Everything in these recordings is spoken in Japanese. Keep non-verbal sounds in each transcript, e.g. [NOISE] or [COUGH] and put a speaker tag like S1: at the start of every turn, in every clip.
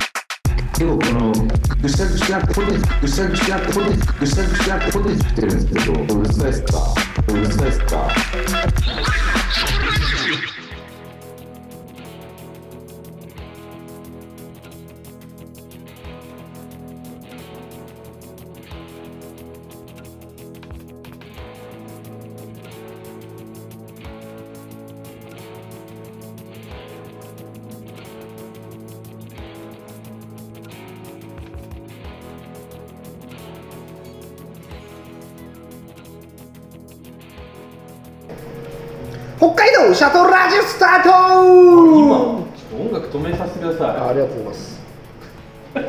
S1: 結構このぐしゃぐしゃポテぐしゃぐしゃポテぐしゃぐしゃポテってるんですけどこれ難しいですかこれ難しいですか
S2: 北海道シャトルラジオスタート
S3: 今音楽止めさせてく
S2: あ
S3: ださ
S2: ありがとうございます
S3: い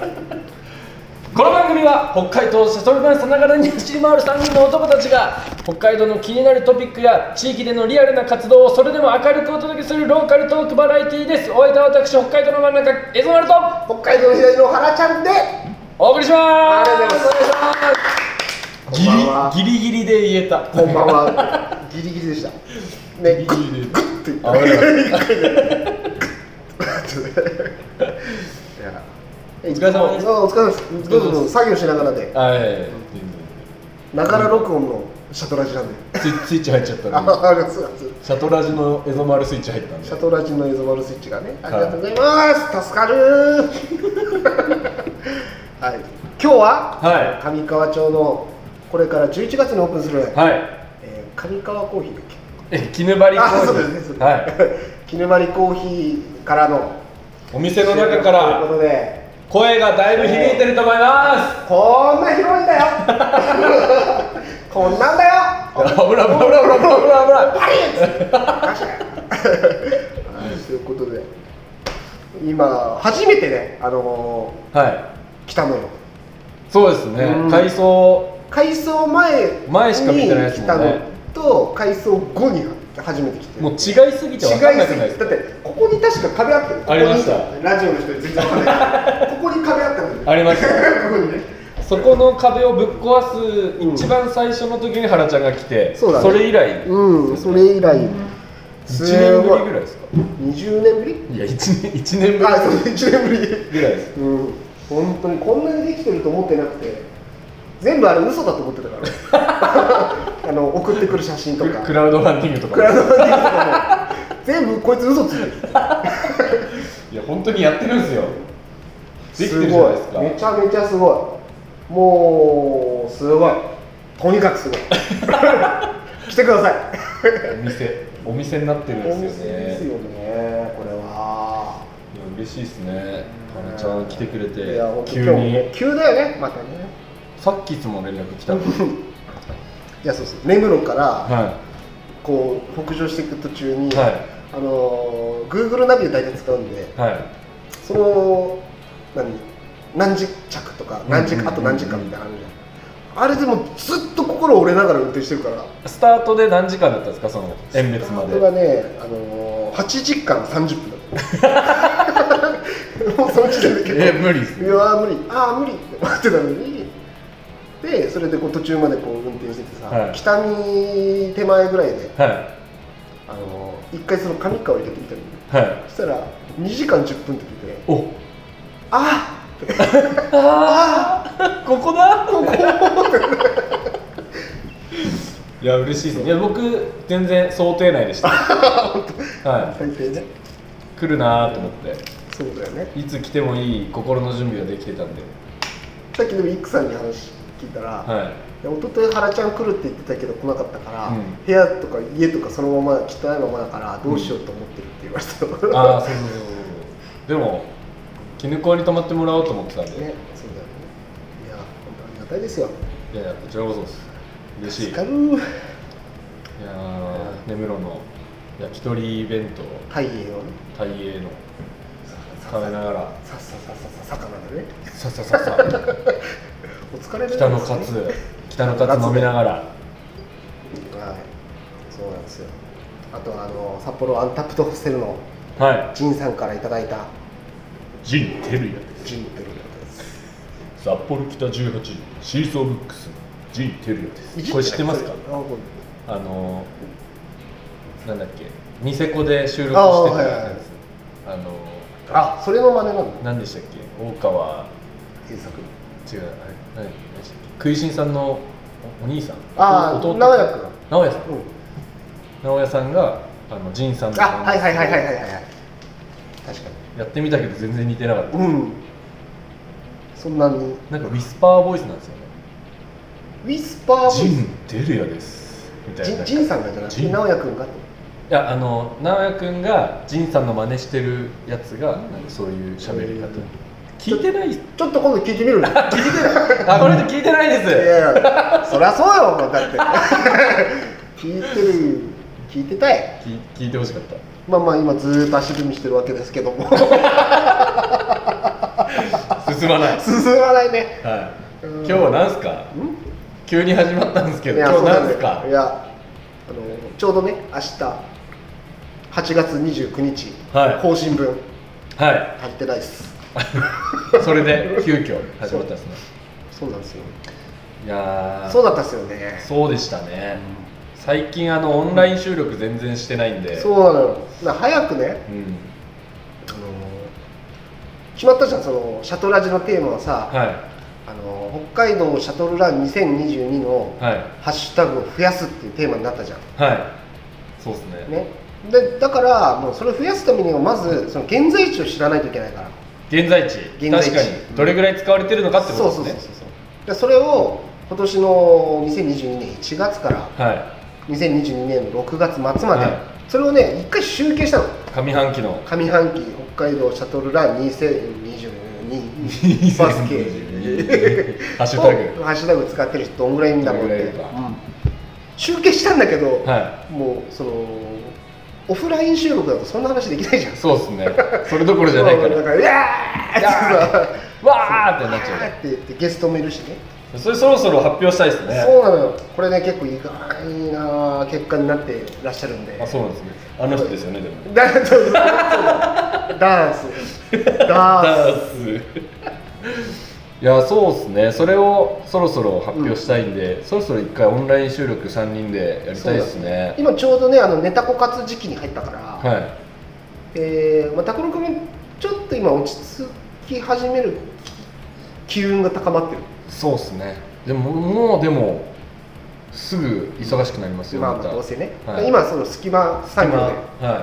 S3: この番組は北海道シャトルバンさながらに走り回る3人の男たちが北海道の気になるトピックや地域でのリアルな活動をそれでも明るくお届けするローカルトークバラエティーですお相手は私北海道の真ん中エゾマルと
S2: 北海道左の原ちゃんで
S3: お送りします
S2: ありがとうございこんばんは
S3: ギリギリギリギリで言えた
S2: こんばん [LAUGHS] はギリギリでしたねグッ
S3: ギリ
S2: グッてい
S3: 危なかっ
S2: やお
S3: 疲れ様です
S2: お疲れ様ですどうぞどうぞ作業しながらで
S3: たはい
S2: ながら録音のシャトラジなんで
S3: スイスイッチ入っちゃった
S2: あ
S3: ね
S2: ありがとうございます
S3: シャトラジのエゾマルスイッチ入ったんで
S2: シャトラジのエゾバルスイッチがねあ
S3: い
S2: りがとうございます助かる [LAUGHS] はい今日は
S3: は
S2: 上川町のこれから11月にオープンする
S3: いはい
S2: えー上川コーヒーだっけ
S3: え、絹張りコーヒ
S2: あ
S3: ー
S2: そうですねそうですね
S3: はい、
S2: [LAUGHS] 絹まりコーヒーからの
S3: お店の中か
S2: という
S3: ら
S2: ことで
S3: 声がだいぶ響いてると思います
S2: こんな広いんだよこんなんだ
S3: [LAUGHS]
S2: よ
S3: [LAUGHS] 危ない危ない危ない危ない危ない
S2: パ [LAUGHS] リッということで今初めてねあの
S3: はい
S2: ー来たのよ
S3: そうですね
S2: うん
S3: 改装
S2: 改装前
S3: 前しか見てないで
S2: に
S3: す
S2: 来
S3: もんね
S2: たのと改装後に初めて来て
S3: もう違いす
S2: 違
S3: ぎ
S2: い
S3: て
S2: すぎ
S3: 分かんなくないです
S2: だってここに確か壁あったよここに
S3: ありました
S2: ラジオの人に全然わかんないここに壁あったのよ
S3: ありました
S2: ここにね
S3: そこの壁をぶっ壊す一番最初の時に原ちゃんが来て、
S2: そうだね
S3: れ以来
S2: うんそれ以来
S3: 1年ぶりぐらい
S2: い
S3: ですか
S2: 20年ぶり
S3: いや 1, 年一年ぶりぐ
S2: あ
S3: ら
S2: そう1年ぶり
S3: いです
S2: うん本当にこんなにできてると思ってなくて全部あれ嘘だと思ってたから
S3: [LAUGHS]
S2: あの送ってくる写真と
S3: ク
S2: か
S3: クラウドファンディングとか
S2: クラウドファンディングとかも全部こいつ嘘ついてる
S3: いや本当にやってるんですよできてるじゃないですか
S2: ごいめちゃめちゃすごいもうすごいとにかく [LAUGHS] すごい来てください
S3: お店お店になってるん
S2: お
S3: です
S2: 店
S3: よね
S2: ですよねこれはい
S3: や嬉しいですねかなちゃん来てくれ
S2: い
S3: て
S2: や本当
S3: 急
S2: 今日もね
S3: に
S2: 急だよねまたね
S3: さっきいつも連絡来たの
S2: いやそうそう目黒から
S3: [LAUGHS] は
S2: こう北上していく途中に、
S3: いは
S2: あのー Google ナビを大体使うんで
S3: いはい
S2: その何何時着とか何時
S3: うんうんうんうん
S2: あと何時間みたいなのあるじゃんあれでもずっと心折れながら運転してるから
S3: スタートで何時間だったんですかその遠別ま
S2: スタート
S3: で
S2: がね、あのー、8時間30分 [LAUGHS] だったもうその時点で結構
S3: [LAUGHS] え無理っす
S2: い
S3: ね
S2: やー無理ああ無理って待ってたのにでそれでこう途中までこう運転しててさ、
S3: はい
S2: 北見手前ぐらいで、あ
S3: は
S2: のー、一回その上川入れてみたの
S3: いはい
S2: そしたら2時間10分って出て
S3: お
S2: ああ
S3: ああここだ
S2: ここ
S3: [LAUGHS] いや嬉しいですねいや僕全然想定内で [LAUGHS] したは
S2: 最低ね
S3: い来るなーと思って
S2: そうだよね
S3: いつ来てもいい心の準備ができてたんで
S2: さっきでもイックさんに話聞いたら、
S3: はい
S2: で一昨日原ちゃん来るって言ってたけど来なかったから、
S3: うん
S2: 部屋とか家とかそのまま汚いままだからどうしようと思ってるって言われた、
S3: ああそうそうそうそうそうでも絹子に泊まってもらおうと思ってたんで、
S2: ねそうだよねいや本当ありがたいですよ
S3: いやいやこちらこそです嬉しい
S2: 助
S3: い
S2: か
S3: や
S2: る
S3: ー根室の焼き鳥弁当
S2: 太陽をね
S3: 大栄の食べながら
S2: さっささっささ魚でね
S3: ささささ
S2: お疲れ様ですね
S3: 北のカツ
S2: [LAUGHS]
S3: 北のカツ飲みながら
S2: はいそうなんですよあとはあの札幌アンタップとホステルの
S3: は
S2: ジンさんからいただいた
S3: いジン・テルヤです
S2: ジンペルダです
S3: 札幌北18シーソーブックスのジン・テルヤですこれ知ってますか
S2: いじてないそれあこれ
S3: あのーなんだっけニセコで収録してたやつあ,、
S2: あはいはいはい
S3: のー
S2: あそれの真似なんだ
S3: 何でしたっけ大川
S2: 検索
S3: 違うあれ何食いしんさんのおお兄さん
S2: ああ
S3: 弟
S2: 長屋君
S3: 直哉さ
S2: う
S3: ん
S2: ん
S3: 直哉さんがあの仁さんの
S2: あはいはいはいはいはいはい確か
S3: やってみたけど全然似てなかった
S2: にうんそんなに
S3: なんかウィスパーボイスなんですよね
S2: ウィスパーボイ
S3: 「
S2: ス
S3: ジン・デルヤです」みたい
S2: ジ
S3: な
S2: ンジンさんがじゃなく
S3: ジ
S2: て
S3: ン
S2: 直哉君がって
S3: いやあの直哉くんが仁さんの真似してるやつがなんかそういう喋り方
S2: うん
S3: 聞いてない
S2: ちょっと今度聞いてみるね
S3: [LAUGHS] あこれで聞いてないで
S2: い
S3: す
S2: やいやそりゃそうよもうだって [LAUGHS] 聞いてる聞いてたい
S3: 聞聞いてほしかった
S2: まあまあ今ずーっと足踏みしてるわけですけども [LAUGHS]
S3: 進まない、はい、
S2: 進まないね
S3: 今日は何すか
S2: ん
S3: 急に始まったんですけ
S2: い
S3: ど
S2: や
S3: 今日
S2: そうな
S3: 何
S2: ん
S3: す
S2: だよ
S3: か
S2: いやあのちょうどね明日8月29日、
S3: はい
S2: 更新分
S3: は
S2: 足りてないっす
S3: いそれで急遽始まったんですね
S2: そうなんですよ
S3: いやー
S2: そうだったっすよね
S3: そうでしたね最近あのオンライン収録全然してないんでう、
S2: そうなのよだから早くね、
S3: ん、
S2: あの決まったじゃんそのシャトラジのテーマはさ、
S3: はい
S2: あの北海道シャトルラン2022の
S3: はい
S2: ハッシュタグを増やすっていうテーマになったじゃん
S3: はいそうですね
S2: ねでだからもうそれを増やすためにはまずその現在地を知らないといけないから
S3: 現在地
S2: 現在地
S3: 確かにどれぐらい使われてるのかってことですね
S2: そうそうそうそうでそれを今年の2022年1月から
S3: は
S2: 2022年の6月末まで、
S3: はい
S2: それをね一回集計したの
S3: い上半期の
S2: 上半期北海道シャトルラン2022バスケ
S3: [LAUGHS] ハッシュタグ
S2: をハッシュタグ使ってる人どんぐらいいるんだろうっ
S3: どんぐ
S2: て、
S3: らいいるか
S2: うん集計したんだけど、
S3: は
S2: もうそのオフライン収録だとそんな話できないじゃん
S3: いそうですねそれどころじゃないか
S2: そうだ
S3: ら
S2: から「いやー!」ってさ
S3: わーってなっちゃ
S2: わーって言ってゲストもいるしね
S3: うそれそろそろ発表したいですね
S2: そうなのよこれね結構意外な結果になってらっしゃるんで
S3: あそうなんですねあの人ですよねでも
S2: [LAUGHS] ダンスダンス
S3: [LAUGHS]
S2: ダンス
S3: いやそうですねそれをそろそろ発表したいんで、そろそろ一回オンライン収録3人でやりたいですね
S2: 今ちょうどねあのネタ枯渇時期に入ったから、
S3: は
S2: えーまあ、拓郎君もちょっと今落ち着き始める機運が高まってる
S3: いそうですねでももうでもすぐ忙しくなりますよ
S2: まあ
S3: また
S2: どうせね、
S3: はい
S2: 今その隙間
S3: 隙
S2: 産
S3: 間
S2: 業で
S3: はい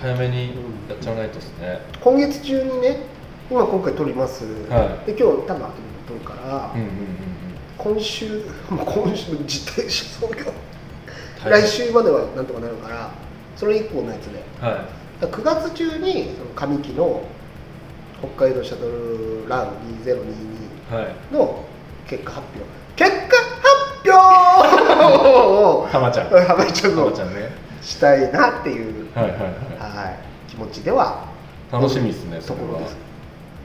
S3: 早めにやっちゃわないとですね、
S2: 今月中にね今今回撮ります、
S3: は
S2: で今日多分後で撮るから、
S3: うんうんうんうん
S2: 今週 [LAUGHS] もう今週自転車操業
S3: 大
S2: 来
S3: 変
S2: 週まではなんとかなるからそれ以降のやつで
S3: は
S2: だから9月中にその上期の北海道シャトルラン2022
S3: いはい
S2: の結果発表結果発表 [LAUGHS] を
S3: 浜ちゃん
S2: 浜井ちゃん
S3: 浜
S2: の
S3: ちゃんね
S2: したいなっていう、
S3: はいはいは
S2: はい、気持ちではい
S3: 楽しみですねそ
S2: と
S3: れ
S2: ころで
S3: は
S2: す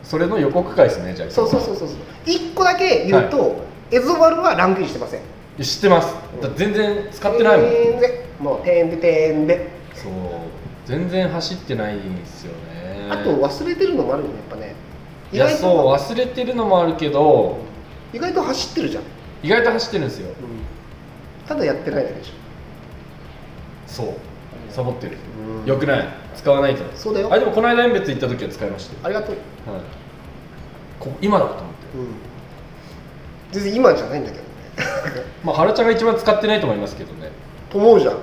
S3: それの予告回ですねじゃあ
S2: そうそうそうそうそう1個だけ言うと、エゾバルはランクインしてません
S3: 知ってますだって全然使ってないもん
S2: 全然もう点で点で
S3: そう全然走ってないんですよね
S2: あと忘れてるのもあるよねやっぱね
S3: いやそう忘れてるのもあるけど
S2: 意外と走ってるじゃん、
S3: 意外と走ってるんですよ
S2: ただやってないだけでしょ
S3: そうサボってる
S2: うん
S3: よくない使わないと
S2: そうだよ
S3: あでもこの間遠別行った時は使いました
S2: ありがとう、
S3: よ、はい、こ今だと思って
S2: うん、全然今じゃないんだけどね
S3: まあ原ちゃんが一番使ってないと思いますけどね
S2: と思うじゃん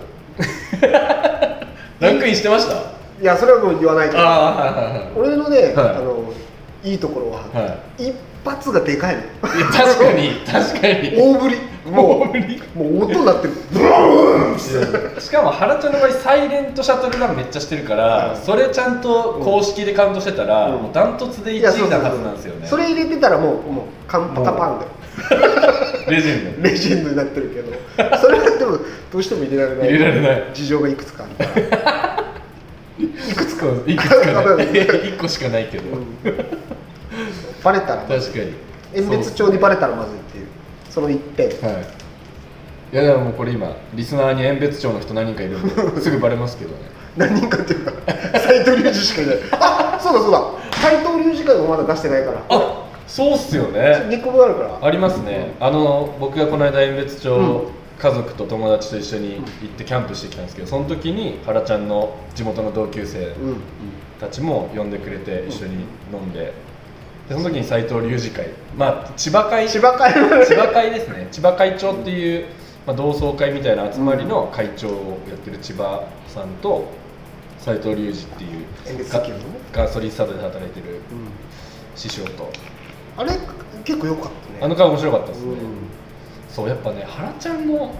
S3: ランクインしてました
S2: いやそれはもう言わないけど
S3: ああ
S2: 俺のね、
S3: はい
S2: あのいいところは、
S3: は
S2: 一発がでかいの
S3: いや [LAUGHS] 確かに確か
S2: [LAUGHS]
S3: に
S2: 大振りも
S3: 大振り
S2: うもう音になって
S3: [LAUGHS]
S2: るブーン
S3: しかも原ちゃんの場合サイレントシャトルランめっちゃしてるから、
S2: うん
S3: それちゃんと公式でカウントしてたら、
S2: うん
S3: もうダントツで1
S2: いやそうそう
S3: 位
S2: そ
S3: な
S2: う
S3: はずなんですよね
S2: それ入れてたらもうもうカンパカパンだよ
S3: レジェン
S2: レジェンドになってるけどそれはでもどうしても入れられない
S3: 入れられない
S2: 事情がいくつかあるから
S3: [LAUGHS] ドいくつかいくつか
S2: [LAUGHS]
S3: ない1個しかないけど、
S2: バレたらまずい
S3: 確かに
S2: 遠別
S3: そう
S2: 帳にバレたらまずいっていうその一点
S3: はいいやでももうこれ今リスナーに遠別町の人何人かいるんですぐバレます
S2: [LAUGHS]
S3: けどね
S2: 何人かっていうか斎藤隆二しかいないあそうだそうだ斎藤隆二会もまだ出してないから
S3: あそうっすよね
S2: 2個分あるから
S3: ありますねあの僕がこの間遠別町、
S2: うん
S3: 家族と友達と一緒に行ってキャンプしてきたんですけどその時に原ちゃんの地元の同級生
S2: うん
S3: たちも呼んでくれて一緒に飲んででその時に斎藤隆二会まあ千葉会
S2: 千葉会
S3: 千葉会ですね千 [LAUGHS] 葉会長っていう、まあ、同窓会みたいな集まりの会長をやってる千葉さんと斎藤隆二って
S2: 演
S3: い
S2: 劇
S3: う
S2: 作家のね
S3: ガソリンスタンドで働いてる
S2: うん
S3: 師匠と
S2: あれ結構良かったね
S3: あの回面白かったです
S2: う
S3: ね、
S2: ん
S3: そうやっぱね原ちゃんの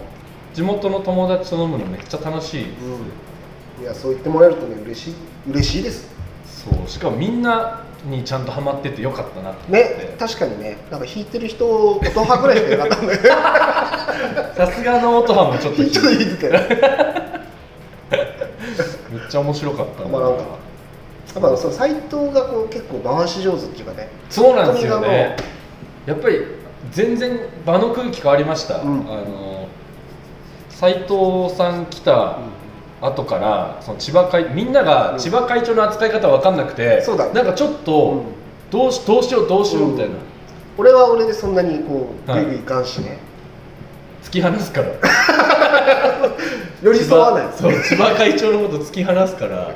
S3: 地元の友達と飲むのめっちゃ楽しい
S2: うん、いやそう言ってもらえるとね嬉しい嬉しいです
S3: そうしかもみんなにちゃんとハマっててよかったなと思って、
S2: ね確かにねなんか弾いてる人音派ぐらいしかいなかったんだけど
S3: さすがの音羽もちょっと
S2: ちょっと
S3: 聞い
S2: 弾いてたよやって
S3: めっちゃ面白かった
S2: まあなんかぱその斎藤がこう結構回し上手っていうかね
S3: そうなんですよね
S2: 本当
S3: やっぱり全然場の空気変わりました、
S2: うん
S3: あの斉藤さん来た後からその千葉会みんなが
S2: うん
S3: 千葉会長の扱い方分かんなくて、
S2: そうだ
S3: なんかちょっ
S2: う
S3: と
S2: ん
S3: どうしどうしようどうしようみたいな、
S2: うん俺は俺でそんなにこうグ
S3: はい
S2: イグイいかんしね、
S3: 突き放すから
S2: 寄り添わない
S3: そう千葉会長のこと突き放すから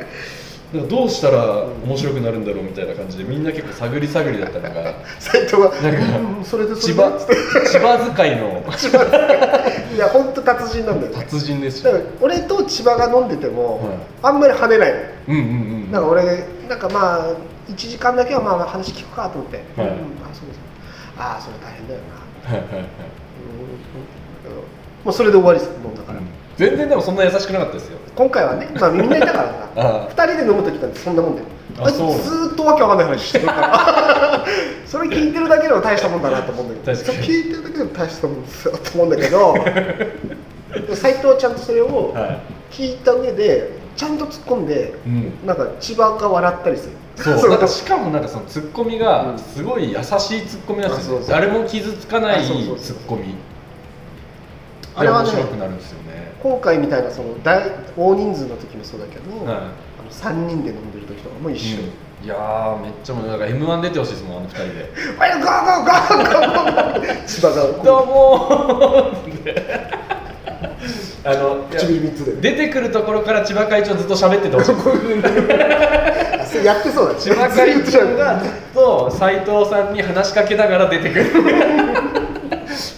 S3: なんかどうしたら面白くなるんだろうみたいな感じでみんな結構探り探りだったのが [LAUGHS]
S2: 斎藤が
S3: なんか
S2: うんそれでそ
S3: 千
S2: れ
S3: 葉
S2: でつって
S3: 千葉使いの
S2: いや本当達人なんだよね
S3: 達人です
S2: だ
S3: よ
S2: から俺と千葉が飲んでても、
S3: はい
S2: あんまり跳ねないの
S3: うんうんうん
S2: なんか俺なんかまあ1時間だけはまあ話聞くかと思って、
S3: はい
S2: うん、あそうですああそれ大変だよな、
S3: はいはいは
S2: うん
S3: い
S2: うんもうそれで終わりですもうだから、
S3: 全然でもそんな優しくなかったですよ
S2: 今回はね、まあ、みんないたからさ
S3: [LAUGHS] あ
S2: 2人で飲む時なんてそんなもんだよ
S3: あ
S2: あいつず
S3: そう
S2: ーっとわけわかんない話してるから [LAUGHS] それ聞いてるだけでも大したもんだなと思うんだけど
S3: 確かに
S2: それ聞いてるだけでも大したもんですよと思うんだけ
S3: [LAUGHS]
S2: どでも斉藤はちゃんとそれを
S3: は
S2: 聞いた上でちゃんと突っ込んで
S3: いうん
S2: なんか千葉が笑ったりする
S3: そうなんかしかもなんかそのツッコミ
S2: う
S3: が
S2: ん
S3: すごい優しいツッコミなんです
S2: あそ
S3: よ、
S2: う
S3: ね、
S2: そう
S3: 誰も傷つかない
S2: あ
S3: ツ
S2: そうそうそう
S3: ッコミ
S2: あ
S3: で
S2: れは
S3: 面
S2: ね
S3: 白くなるんですよね
S2: 今回みたいなその大大人数の時もそうだけど、あ
S3: は
S2: の3人で飲んでる時とかも
S3: い
S2: 一緒、 [LAUGHS]
S3: うんいやーめっちゃもうなんか m 1出てほしいですもんあの二人で
S2: あれゴーゴーゴーゴーゴーゴー千葉が
S3: ど
S2: こ
S3: うもーあの
S2: う唇3つで
S3: 出てくるところから千葉会長ずっと喋っててほしい
S2: あそれやってそうだ
S3: 千葉会
S2: ずっと
S3: 長がずっと斎藤さんに話しかけながら出てくる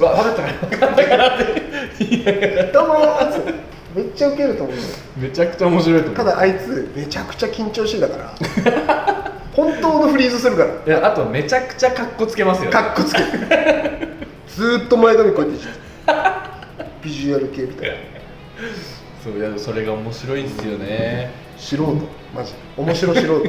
S3: わ分かったから分かったからって言いながら
S2: どうもーっつってめっちゃウケると思うよ
S3: めちゃくちゃ面白いと思う
S2: ただあいつめちゃくちゃ緊張してたから本当のフリーズするから
S3: いやあとめちゃくちゃかっこつけますよね
S2: かっこつけてずーっと前髪こうやってしてビジュアル系みたいな
S3: そういやそれが面白いんですよね
S2: 素人マジ面白素人っ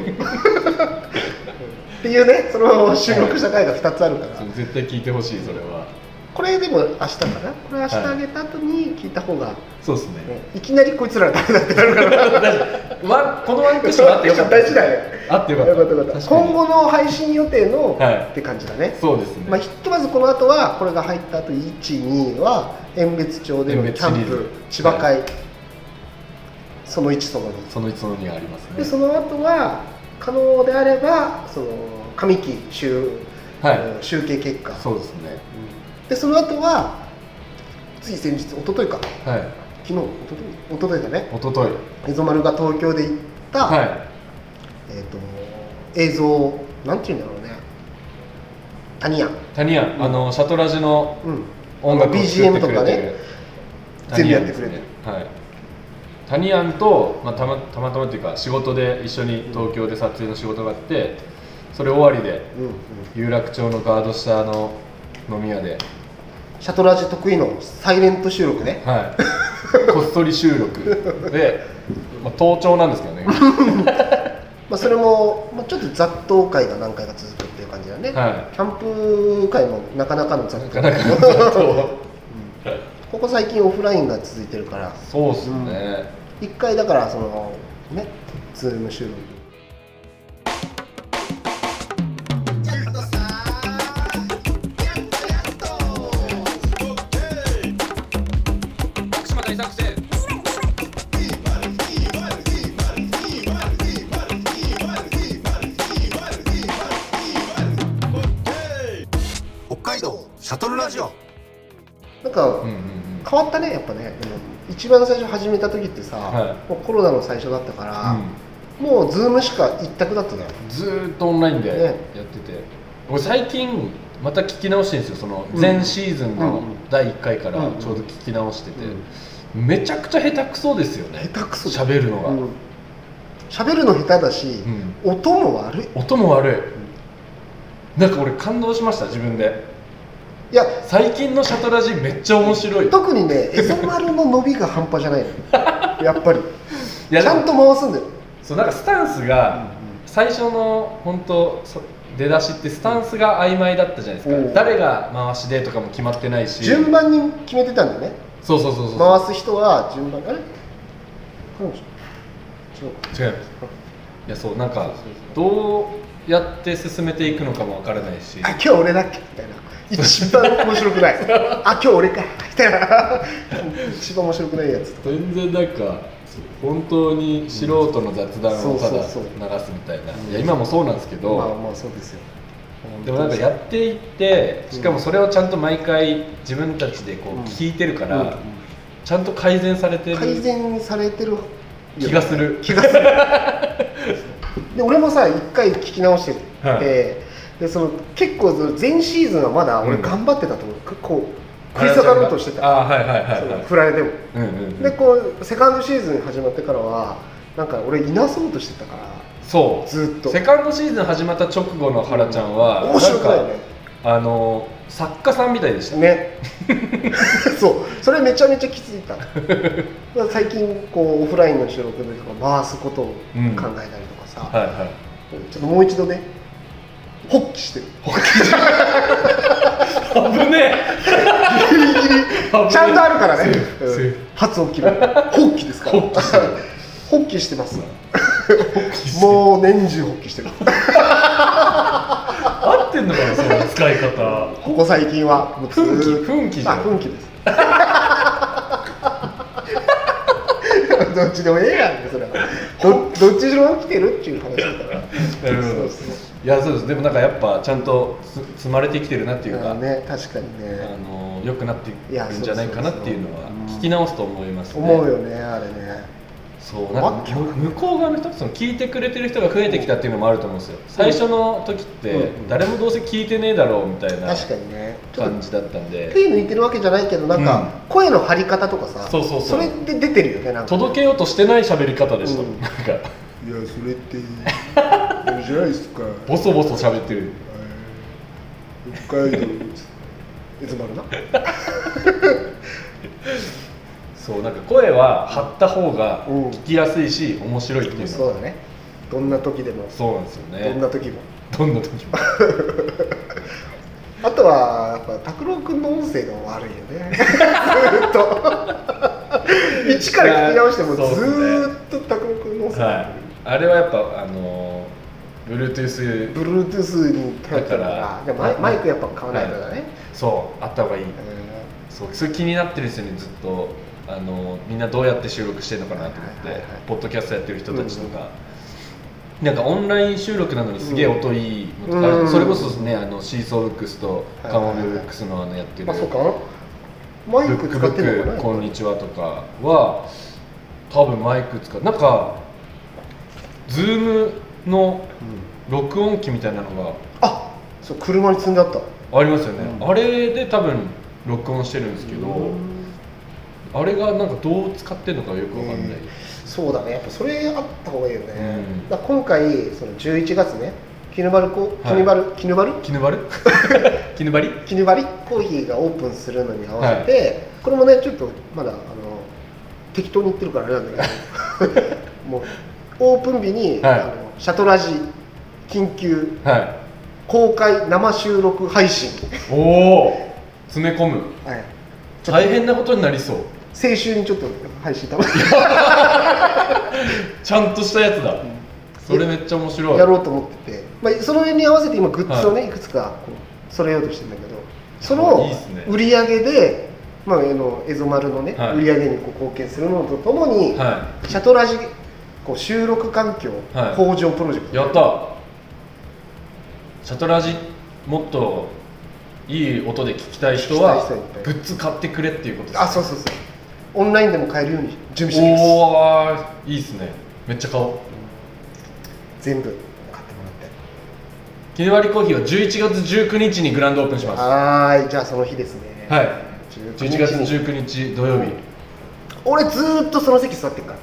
S2: ていうねその収録した回が2つあるから
S3: そう絶対聞いてほしいそれは
S2: これでも明日かなこれ明日あげた後に聞いた方が、ね
S3: そうですね
S2: い、きなりこいつらダメだってなるから
S3: わこのワンクッションあってよかった
S2: 大事だね
S3: あってよ
S2: よ
S3: か
S2: か
S3: った
S2: ったよかった
S3: 確かに
S2: 今後の配信予定の、
S3: はい
S2: って感じだね
S3: そうですね、
S2: まあ、ひとまずこの後はこれが入った後12は遠別町でのキャ
S3: 遠別シリ
S2: ン
S3: ーズ
S2: プ千葉会、その1その2
S3: その一その二がありますね
S2: でその後は可能であればその上期集,、
S3: はい
S2: 集計結果
S3: そうですね
S2: でその後はつい先日一昨日か
S3: はい
S2: 昨日一昨日一昨日だね
S3: 一昨日
S2: 蝦夷丸が東京で行った、
S3: は
S2: えっと映像なんていうんだろうね谷屋
S3: い谷屋、あのシャトラジの
S2: うん
S3: 音楽を作っ
S2: BGM
S3: てくれてる
S2: とかね全部やってくれてる
S3: はいタニアンと、まあ、たまたまたまっていうか仕事で一緒に東京で撮影の仕事があってそれ終わりで
S2: うんうん
S3: 有楽町のガード下の飲み屋で、
S2: シャトラジ得意のサイレント収録ね [LAUGHS]
S3: はい、こっそり収録で、まあ、盗聴なんです
S2: [LAUGHS]
S3: けどね
S2: まあ、それも、まあ、ちょっと雑踏会が何回か続くっていう感じだね、
S3: は
S2: キャンプ会もなかなかの雑踏
S3: なかなかの雑
S2: [LAUGHS]
S3: 踏
S2: ここ最近オフラインが続いてるから
S3: そうっすね、
S2: 一回だからそのねズーム収録
S4: 北海道シャトルラジオ
S2: なんか、
S3: うんうんうん
S2: 変わったねやっぱね、一番最初始めた時ってさ、
S3: は
S2: もうコロナの最初だったから、もうズームしか一択だったじゃん
S3: ずーっとオンラインで
S2: ね
S3: やってて、僕最近また聞き直してるんですよその前シーズンの第1回からちょうど聞き直してて、めちゃくちゃ下手くそですよね
S2: 下手くそ
S3: 喋るのが、
S2: うん喋るの下手だし、
S3: ん
S2: 音も悪い
S3: 音も悪い、なんか俺感動しました自分で
S2: いや
S3: 最近のシャトラジめっちゃ面白い
S2: 特に
S3: [LAUGHS]
S2: ねエゾ丸の伸びが半端じゃないのやっぱり
S3: いや
S2: ちゃんと回すんだよ
S3: そうなんかスタンスが最初の本当そ出だしってスタンスが曖昧だったじゃないです
S2: う
S3: か
S2: ん
S3: 誰が回しでとかも決まってないし
S2: 順番に決めてたんだよね
S3: そうそうそうそう
S2: 回す人は順番あれ彼女違う
S3: 違いますいやそうなんかどうやって進めていくのかもわからないし
S2: あ今日俺だっけみたいな一番面白くないあ今日俺かみたいな一番面白くないやつ
S3: 全然なんか本当に素人の雑談をただ流す
S2: そうそう
S3: みたいないや今もそうなんですけど、
S2: まあまあそうですよ
S3: でもなんかやっていってしかもそれをちゃんと毎回自分たちでこう聞いてるから、ちゃんと改善されてる
S2: 改善されてる
S3: 気がする
S2: 気がするで俺もさ一回聞き直してて、
S3: はい
S2: でその結構その前シーズンはまだ俺
S3: うん
S2: 頑張ってたと思う、こう食い下がろうとしてた、
S3: あーはいはいはい
S2: そ
S3: は
S2: の
S3: い
S2: 振られても、
S3: うんうんう
S2: で
S3: ん、
S2: こうセカンドシーズン始まってからはなんか俺いなそうとしてたから
S3: そう
S2: ずっと
S3: セカンドシーズン始まった直後の原ちゃんは、
S2: 面白くないよ
S3: ん
S2: ね
S3: かあの作家さんみたいでした
S2: ね [LAUGHS] そうそれめちゃめちゃ気づいただから最近こうオフラインの収録でとか回すことを考えたりとかさ、
S3: はいはい
S2: ちょっともう一度ね発起して
S3: [LAUGHS]
S2: る
S3: 危ね
S2: ギリギリちゃんとあるからね
S3: セーフセーフ
S2: うん発を切る発起ですから
S3: [LAUGHS] 発起して
S2: [LAUGHS] 発起して
S3: る
S2: ますもう年中発起してる
S3: 合ってんのかなその使い方
S2: ここ最近はもうずーっと
S3: 奮起奮起じゃん
S2: あ奮起です [LAUGHS] どっちでもええやんけそれはどどっちでも起きてるっていう話だから
S3: なるほ
S2: そう
S3: ど
S2: そう
S3: いやそうですでもなんかやっぱちゃんとつ積まれてきてるなっていうか、
S2: あね確かに
S3: あ
S2: ね
S3: の良くなって
S2: いや
S3: るんじゃないかなっていうの
S2: そ
S3: は
S2: うそうそう
S3: 聞き直すと思いますね
S2: 思うよねあれね
S3: そうなんかむ向こう側の人その聞いてくれてる人が増えてきたっていうのもあると思うんですよ最初の時って
S2: うん
S3: 誰もどうせ聞いてねえだろうみたいな
S2: 確かにねちょっ
S3: 感じだったん
S2: と
S3: で
S2: 手抜いてるわけじゃないけどなん
S3: うん
S2: か声の張り方とかさ
S3: そうそうそう
S2: れで出てるよねなんか
S3: 届けようとしてない喋り方でした、
S2: うん
S3: なんか
S2: い [LAUGHS] やそれってあれじゃないですか
S3: ボソボソ喋ってる
S2: [LAUGHS] 北海道いつもあるな
S3: そうなんか声は張った方が
S2: うん
S3: 聞きやすいし面白いっていうの
S2: そ
S3: は
S2: うだねどんな時でも
S3: そうなんですよね
S2: どんな時も
S3: どんな
S2: [LAUGHS]
S3: 時も
S2: あとはやっぱ拓郎君の音声が悪いよね
S3: [LAUGHS]
S2: ずーっと一から聞き直してもず
S3: そうですね
S2: ーっと拓郎君の音声が悪
S3: はいあれはやっぱあのー Bluetooth
S2: い Bluetooth に頼ってるか
S3: だから
S2: らでもマイマイクやっぱ買わないとだね、
S3: そうあった方がいい
S2: うん
S3: そうそれ気になってる人にずっとあのみんなどうやって収録してるのかなと思って、
S2: はいはいはい
S3: ポッドキャストやってる人たちとか、なんかオンライン収録なのにすげえ音いいのとか、
S2: うん
S3: それこそねあのシーソーブックスと
S2: はい
S3: カモンブックスのあのやってる、
S2: まあそうかマイ
S3: ブ
S2: ク
S3: ック
S2: 使
S3: ブ
S2: ってるの
S3: ッ
S2: か
S3: ク
S2: な
S3: こんにちはとかは多分マイク使うなんかズームの録音機みたいなの
S2: あそう車に積んであった
S3: がありますよね、
S2: うん
S3: あれで多分録音してるんですけど、あれがなんかどう使ってんのかよくわかんない、
S2: うんそうだねやっぱそれあった方がいいよね、
S3: うん
S2: だから今回その11月ねキヌバルコキヌバル、キヌバル
S3: 絹張る
S2: [LAUGHS]
S3: 絹張り
S2: キヌバリコーヒーがオープンするのに合わせて、これもねちょっとまだあの適当に言ってるからあれなんだけど
S3: [LAUGHS]
S2: もうオープン日に、
S3: はい
S2: あのシャトラジ緊急
S3: は
S2: 公開生収録配信、
S3: いおお詰め込む
S2: はい、
S3: 大変なことになりそう
S2: 先週にちょっと配信たま
S3: ちゃんとしたやつだ、それめっちゃ面白い
S2: やろうと思ってて、まあ、そのに合わせて今グッズをね、い、くつかこう揃えようとしてんだけどそ
S3: い
S2: の
S3: いっすね
S2: 売り上げで、まあ、あのエゾ丸のね、
S3: はい
S2: 売り上げにこう貢献するのとともに、
S3: は
S2: シャトラジこう収録環境
S3: はい
S2: 向上プロジェク
S3: い
S2: ト、
S3: やったシャトラジもっといい音で聞きたい人は
S2: 聞きたい人いっぱい
S3: グッズ買ってくれっていうことです
S2: あそうそうそうオンラインでも買えるように準備してきます
S3: おおいいっすねめっちゃ買おう
S2: 全部買ってもらって
S3: キネワリコーヒーは11月19日にグランドオープンしますは
S2: はーいじゃあその日ですね
S3: い
S2: 19日
S3: 11月19日土曜日
S2: 俺ずーっとその席座ってるか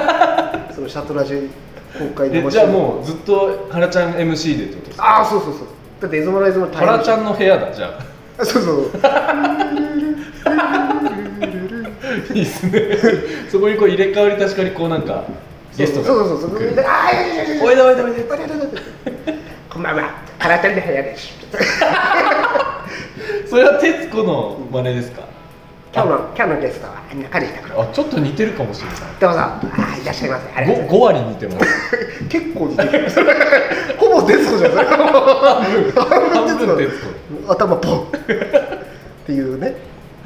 S2: ら
S3: [LAUGHS]
S2: そのシャトラジュ公開
S3: え
S2: の
S3: じゃあもうずっと原ちゃん MC でってことですか
S2: ああそうそうそうだってエゾマライズのタイ
S3: 原ちゃんの部屋だじゃ
S2: [LAUGHS] そうそうそう
S3: あいいっすねそこにこう入れ替わり確かにこうなんかゲストが
S2: そうそうそうそう
S3: 来る
S2: でああいやいやいやいや
S3: おいでおいでおいで
S2: おいでおいでこんばんは原ちゃんの部屋です
S3: それは徹子の真似ですか
S2: 今日の今日のゲストは中西拓郎
S3: あちょっと似てるかもしれない
S2: どうぞあーいらっしゃいませありがとうございます
S3: ご五割似てます
S2: 結構似てる [LAUGHS] ほぼ徹子じゃんそれ半
S3: 半分徹
S2: [LAUGHS] 頭ポンっていうね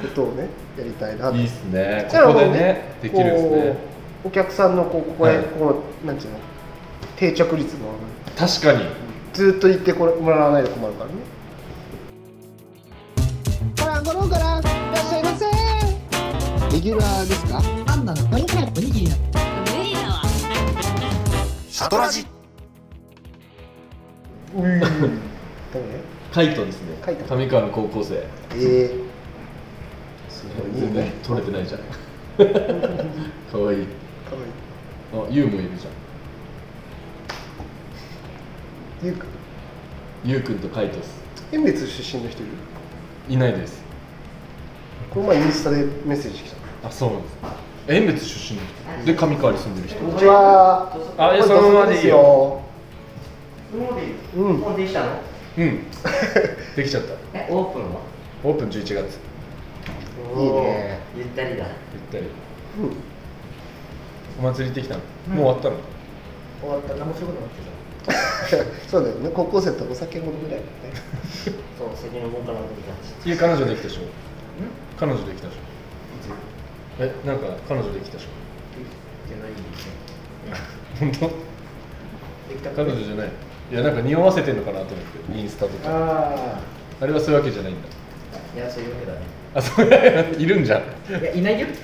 S2: ことをねやりたいなと
S3: いいっすね
S2: じゃあ
S3: ここで
S2: もう
S3: ねできるんですね
S2: こうお客さんのこうここへ、
S3: はい
S2: こうなんていうの定着率も
S3: 確かに
S2: ずっと行ってこれもらわないと困るからね
S5: ごらんごろんごらんいらっしゃいませレギュラーですかパンダのおにぎりおにぎりだ
S6: 無理だわ
S4: シャトラジ
S2: うーんだね
S3: カイトですね
S2: カイト
S3: 上川の高校生
S2: え
S3: す
S2: ごいいいね
S3: 取れてないじゃんかわいい
S2: ー、かわいい
S3: あユウもいるじゃん
S2: ゆうくん
S3: ユウくんとカイトっす
S2: 遠別出身の人いる
S3: いないです
S2: この前インスタでメッセージ来た
S3: あそうなんです遠別出身の人で上川に住んでる人
S2: こんにちは
S3: あいやそのままでいいよ
S2: そのままでいいうん
S7: もうできたの
S3: うんできちゃった
S7: えオープンは
S3: オープン11月ゆっ
S2: いいね
S7: ゆったりだ
S3: たり
S2: うん
S3: お祭り行ってきたのもう終わったの
S7: 終わった何もすることなくてた
S2: そうだよ [LAUGHS] ね高校生とお酒飲むぐらいだね
S7: そう先のもんかなと思ってた
S3: 次彼女できたでしょ彼女できたでしょえなんか彼女できたでしょ
S7: じゃないんですよ
S3: 本当
S7: できた
S3: 彼女じゃないいやなんか匂わせてんのかなと思ってインスタとか
S7: あ
S3: あれはそういうわけじゃないんだ
S7: あいやそういうわけだね
S3: あそう [LAUGHS] いういるんじゃん
S7: [LAUGHS] いやいないよ
S3: 付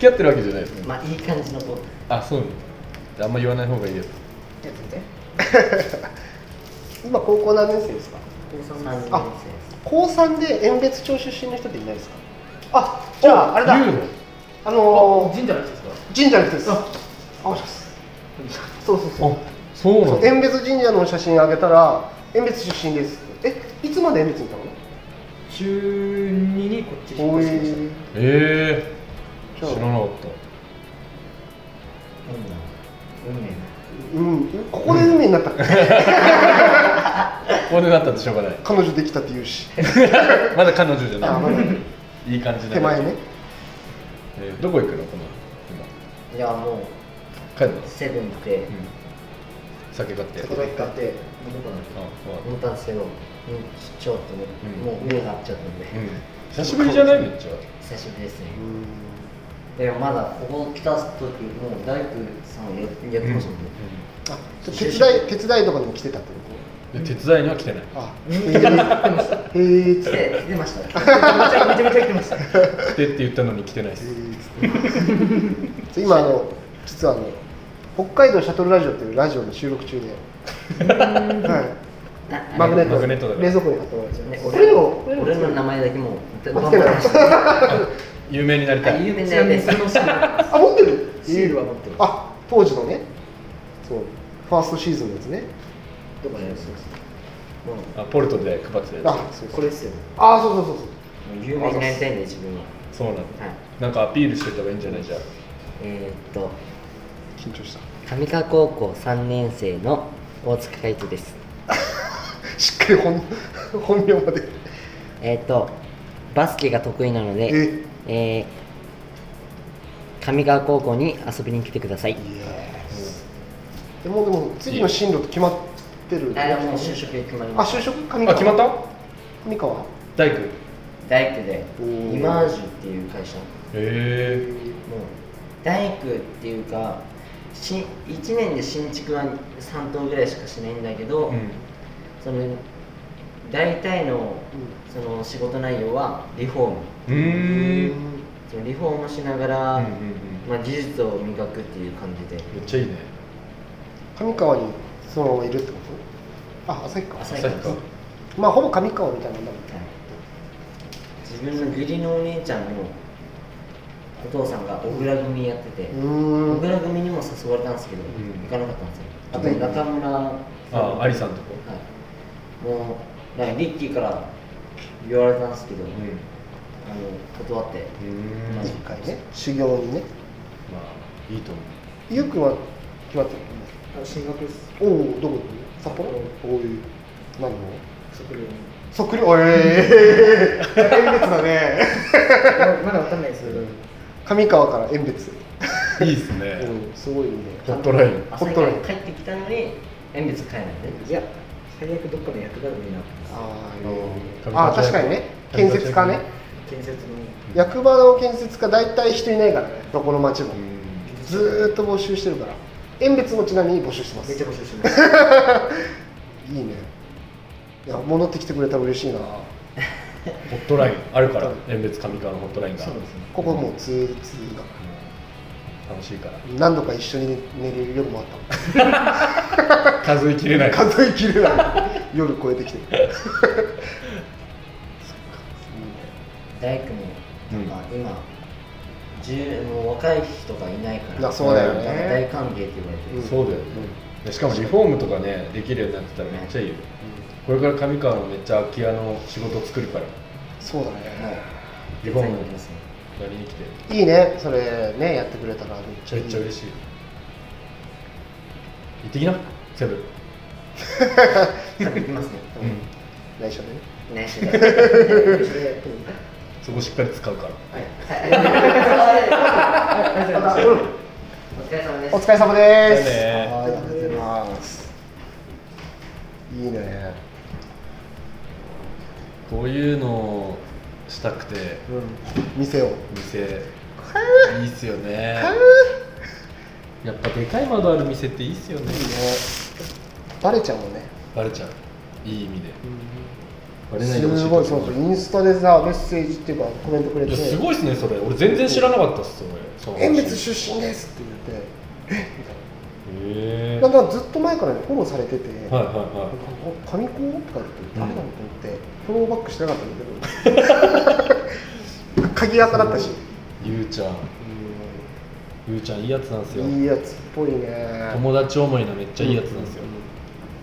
S3: き合ってるわけじゃないですね
S7: まあいい感じの子や
S3: あそうなんだあんま言わない方がいいです
S7: ってみて
S2: 今高校何年生ですか
S7: 高三年生
S2: あ高三で遠別町出身の人っていないですかあじゃああれだ
S3: ユウの
S2: あのー、
S7: 神社の人ですか
S2: 神社の人ですあお願いしますそうそうそう
S3: あそうなんだ
S2: 遠別神社の写真あげたら遠別出身ですえいつまで遠別にいたの
S7: 中二にこっちに
S2: お
S7: 引っ
S2: い
S7: 越してきまし
S3: ええ
S2: じゃあ
S3: 知らなかった
S7: 運命運命だ
S2: うんここで海になった、
S3: たこうなったってしょうがない
S2: 彼女できたって言うし
S3: まだ彼女じゃ
S2: あま
S3: な
S2: だ
S3: [LAUGHS] いいい感じだ
S2: 手前ね
S3: えーどこ行くのこの今
S7: いやもう
S3: 帰るの
S7: セブンって
S3: うん酒買って
S7: これ買ってどこなんです
S3: あ
S7: か
S3: わかった
S7: 思ったんですけどうんちょっとね
S3: うん
S7: もう胸が張っちゃったんで
S3: うん久しぶりじゃないめっちゃ
S7: 久しぶりですね
S2: うん
S7: でもまだここ来た時もう大工さんをややってましたもんね、
S2: あ手伝い手伝いとかにも来てたってこと
S3: で手伝い [LAUGHS] には来てない
S2: あ、へえ、へえ、
S7: 来て来てましたねめちゃめちゃめちゃ来てました
S3: 来てって言ったのに来てないです
S2: そう [LAUGHS] 今あの実はあの北海道シャトルラジオっていうラジオの収録中で、はい、マグネット
S3: マグネットだから
S2: 冷蔵庫に貼ってもらっちゃいま
S7: ね
S2: す。これ
S7: 俺
S2: を
S7: の俺の名前だけもうバン
S2: 持っ
S7: バン
S2: てない
S7: 出してる
S3: 有名になりた
S7: あ
S3: い
S7: 有名なやつそのシール
S2: あ持ってる？
S7: シールは持ってる
S2: あ当時のね、そうファーストシーズンのやつね。
S7: どこにあるんですかもう
S3: あポルトで配ってたやつ
S2: あ、そう
S7: これですよ
S2: あそうそうそうそう。
S7: もう有名になりたいんで自分は
S3: そうなんだ
S7: はい
S3: なんかアピールしてた方がいいんじゃないじゃあ
S7: えー、っと
S2: 緊張した。 [LAUGHS]
S7: 上川高校3年生の大塚海人です
S2: しっかり本 [LAUGHS] 本名まで。
S7: えー、っとバスケが得意なので
S2: え
S7: えー、上川高校に遊びに来てください。
S2: でもでも次の進路って決まってる。
S7: 職決まり
S2: あ就職上
S3: あ決まった
S2: 上川。
S3: 大工へ
S7: 大工で
S2: おー
S7: イマージュっていう会社も
S3: え
S7: う大工っていうかし1年で新築は3棟ぐらいしかしないんだけど、
S3: うん
S7: その大体のその仕事内容はリフォーム
S3: うーん
S7: そのリフォームしながら、
S3: うんうん
S7: まあ、技術を磨くっていう感じで
S3: めっちゃいいね
S2: 上川にそのままいるってこあ旭川
S7: 旭川で
S3: 旭
S7: す、は
S3: 川
S7: い
S2: まあほぼ上川みたいなもんだもんね
S7: 自分の義理のお姉ちゃんのお父さんが小倉組やってて、小
S2: うーん
S7: 倉組にも誘われたんですけど、行かなかったんですよあと中村
S3: ああアリさんとこ
S7: はい、もうなんかリッキーから言われたんですけど、あの断って、まあ
S2: 一回ね修行にね
S3: まあいいと思う
S2: ゆうくんは決まってる
S7: 進学 [LAUGHS] です
S2: おおどこ札幌おおいう何の
S7: 食料
S2: そっくりおいええ遠別だね
S7: まだわかんないですけど
S2: 上川から遠別
S3: いいですね
S2: うんすごいね
S3: ホットライン
S7: 朝
S2: ホットライン
S7: 帰ってきたのに遠別帰らないでいや最悪どっかの役立つになって
S2: あ
S3: あの
S2: あ確かにね建設家ね
S7: 建設の
S2: 役場の建設家大体人いないからねどこの町もずーっと募集してるから遠別もちなみに募集してます
S7: めっちゃ
S2: い
S7: 募集してます
S2: いねいや戻ってきてくれたら嬉しいな
S3: ホットラインあるから遠別上川のホットラインが
S7: そうですね
S2: ここもうツーツーだか
S3: 楽しいから
S2: ら何度か一緒に寝れる夜もあったもん
S3: 数えきれない
S2: [LAUGHS] 数えきれない夜超えてきてる
S7: 大工も
S3: うん
S7: なんか今、十もう若い人がいないから
S2: な [LAUGHS] そうだよね
S7: なんか大歓迎って言われてる、
S2: うん
S3: そうだよね、でしかもリフォームとかねできるようになってたらめっちゃいいよ、これから上川のめっちゃ空き家の仕事作るから
S2: そうだ
S7: は
S2: ね
S3: リフォーム
S7: いますね
S3: やりに来てめ
S2: いいねそれねやってくれたらめっ
S3: ちゃめっちゃ嬉
S2: しい
S3: しい行ってきなセブン
S7: 多分いますね
S3: うん
S2: 内緒でね [LAUGHS]
S7: 内緒で内緒で
S3: そこしっかり使うか
S2: [LAUGHS]
S3: ら
S7: はい
S2: うん
S7: お疲れ様で
S2: [LAUGHS]
S7: す
S2: お疲れ様で
S3: じゃあね
S2: す。はい、ありがとうございます。いいね。
S3: こういうのをしたくて
S2: うん。店を。
S3: 店いいっすよねやっぱでかい窓ある店っていいっすよね
S2: バレちゃうもんね。
S3: バレちゃういい意味でバレないですほしい
S2: ごい、そうそう、インスタでさ、メッセージっていうか、コメントくれ
S3: い
S2: て
S3: や。すごいっすねそれ俺全然知らなかったっすそれ
S2: 遠別出身ですって言って。
S3: へえ
S2: なんかずっと前からね、フォローされてて。
S3: はいはい
S2: なん
S3: は
S2: かお神子とか言って誰なのと思ってフォローバックしてなかったんだけど鍵垢だったし
S3: いゆうちゃんゆうちゃんいいやつなんですよ
S2: うんいいやつっぽいね
S3: 友達思いなめっちゃいいやつなんですよ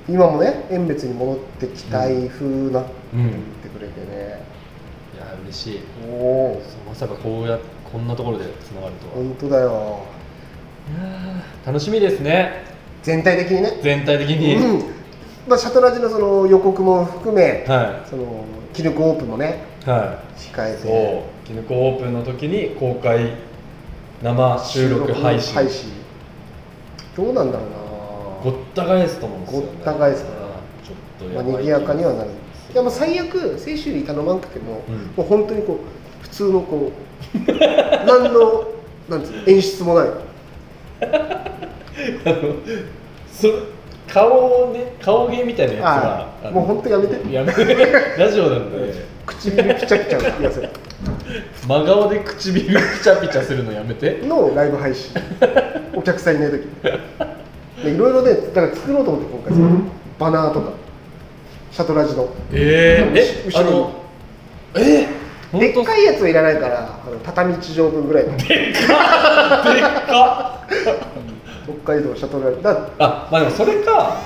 S2: 今もね遠別に戻ってきたい風なって
S3: うん、い
S2: 言ってくれてね、
S3: や嬉しい
S2: おお
S3: そうまさかこうやこんなところでつながるとは
S2: 本当だよ
S3: 楽しみですね
S2: 全体的にね、
S3: 全体的に、
S2: うんまあ、シャトラジのその予告も含め、
S3: は
S2: そのキルコオープンもね
S3: いは
S2: 控え
S3: い
S2: て
S3: そうきぬこオープンの時に公開生収録配信
S2: 配信どうなんだろ
S3: ご
S2: うな
S3: った返すと思うんですよね
S2: ごった返すから
S3: ちょっと
S2: まあ
S3: やばい
S2: 賑やかにはなるいやもう
S3: 最
S2: 最悪清修理頼まなくても、
S3: うん
S2: もう本当にこう普通のこう [LAUGHS] 何のなんつうの演出もない
S3: それ顔をね顔芸みたいなやつは
S2: あ
S3: あの
S2: もう本当やめて
S3: やめて [LAUGHS] ラジオなんで
S2: 唇ピチャピチャいやそれ
S3: 真顔で唇ピチャピチャするのやめて
S2: のライブ配信お客さんいない時でいろいろねだから作ろうと思って今回そのバナーとかシャトラジの
S3: えー、え
S2: 後
S3: あ
S2: ろに
S3: のえー、
S2: でっ
S3: 本
S2: かいやつはいらないからあの畳1畳分ぐらいの
S3: 当でっか
S2: 北海道シャトラジだから
S3: あまあでもそれか、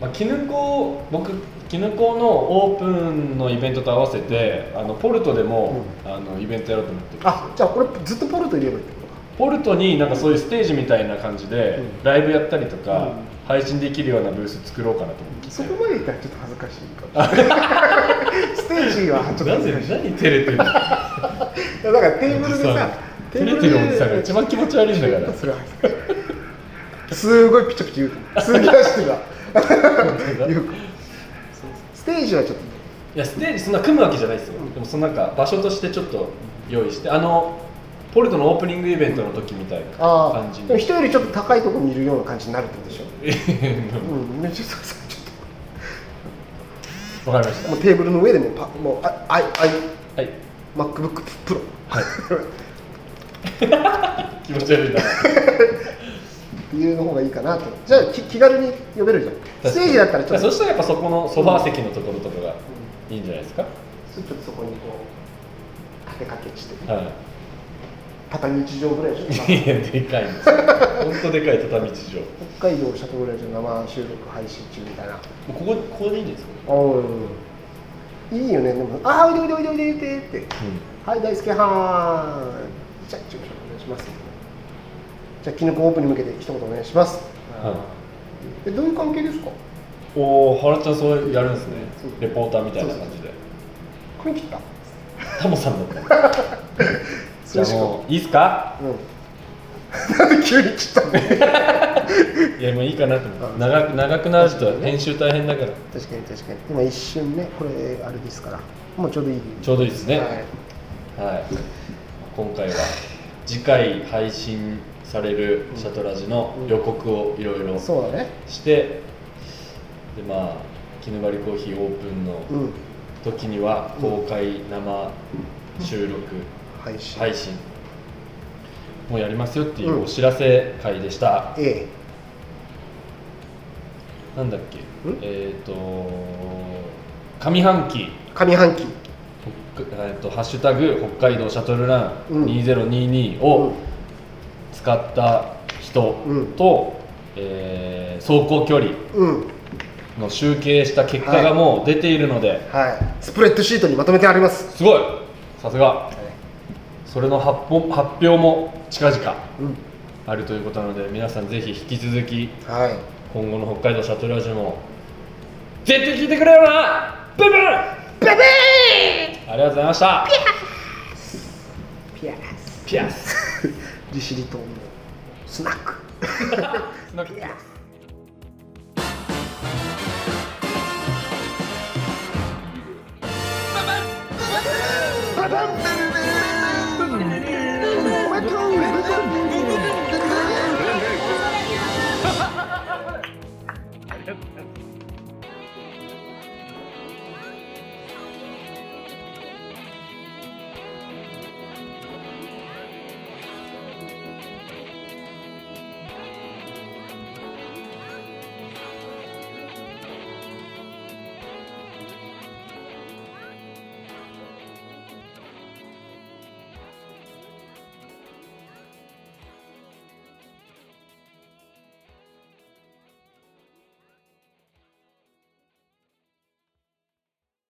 S3: まあ、絹子僕絹子のオープンのイベントと合わせてあのポルトでも、あのイベントやろうと思ってる
S2: あじゃあこれずっとポルト入ればいいってことか
S3: ポルトになんかそういうステージみたいな感じで、
S2: うん
S3: ライブやったりとか、
S2: うん
S3: 配信できるようなブース作ろうかなと思って
S2: そこまでいったらちょっと恥ずかしいかもステージはちょっと
S3: な
S2: 恥
S3: ぜ
S2: ずかしい
S3: 何照れてる [LAUGHS]
S2: いや
S3: の
S2: だからテーブルでさテ
S3: 照
S2: ー
S3: れ
S2: ブ
S3: て
S2: ル
S3: るおじさんが一番気持ち悪いんだから
S2: それは恥ずかしいすごいピチャピチャ言うすげえしてた言うステージはちょっと
S3: いやステージそんな組むわけじゃないですよ、でもそのなんか場所としてちょっと用意してあのポルトのオープニングイベントの時みたいな
S2: あ
S3: 感じ
S2: あ
S3: に [LAUGHS]
S2: でも人よりちょっと高いところにいるような感じになるってことでしょ、
S3: わ
S2: うん、ちょっとさちょっ
S3: かりまし
S2: ともうテーブルの上でもうパもうああいあい
S3: たはい
S2: MacBook プロ
S3: 気持ち悪いな
S2: 理由の方がいいかなとじゃあき気軽に呼べるじゃ [LAUGHS] んステージだったらちょっと
S3: そしたらやっぱそこのソファー席のところとかがいいんじゃないですか、
S2: ちょっとそこにこう立てかけして
S3: は
S2: 畳1畳ぐらいでしょ
S3: いいやでかいんで
S2: [LAUGHS]
S3: すよ本当でかい畳地上
S2: 北海道シャトルラジオ生収録配信中みたいな
S3: ここここでいいんですか、
S2: いいよねでも「ああおいでおいでおいでおいで」ってって「はい大輔はーい」じゃあ一応お願いしますじゃあキノコオープンに向けて一言お願いしますえどういう関係ですか
S3: おお原ちゃんそれやるんですねレポーターみたいな感じで
S2: 髪切った
S3: タモさんだ [LAUGHS] ったじゃあもういいっすか
S2: うん [LAUGHS] 急に切ったね
S3: いやもういいかなと思って長く長くなると編集大変だから
S2: 確かに確かに今一瞬ねこれあれですからもうちょうどいい
S3: ちょうどいいですね、
S2: はい
S3: はい、今回は次回配信されるシャトラジの予告をいろいろ
S2: そうだね
S3: してでまあ絹張りコーヒーオープンの
S2: うん
S3: 時には公開生収録
S2: 配信、
S3: 配信もやりますよっていうお知らせ会でした、
S2: A
S3: なんだっけえっ、と上半期
S2: 上半期
S3: 北海えーと「ハッシュタグ北海道シャトルラ
S2: うん
S3: ン2022」
S2: う
S3: を
S2: ん
S3: 使った人
S2: うん
S3: と、えー走行距離
S2: うん
S3: の集計した結果がもう出ているので、
S2: はいスプレッドシートにまとめてあります
S3: すごいさすがそれの発表発表も近々
S2: うん
S3: あるということなので皆さんぜひ引き続き
S2: はい
S3: 今後の北海道シャトルラジオも絶対聞いてくれよなブンブンブブーンありがとうございました
S2: ピアス
S3: ピアス
S2: 利尻島のスナック
S3: なんか
S2: ババン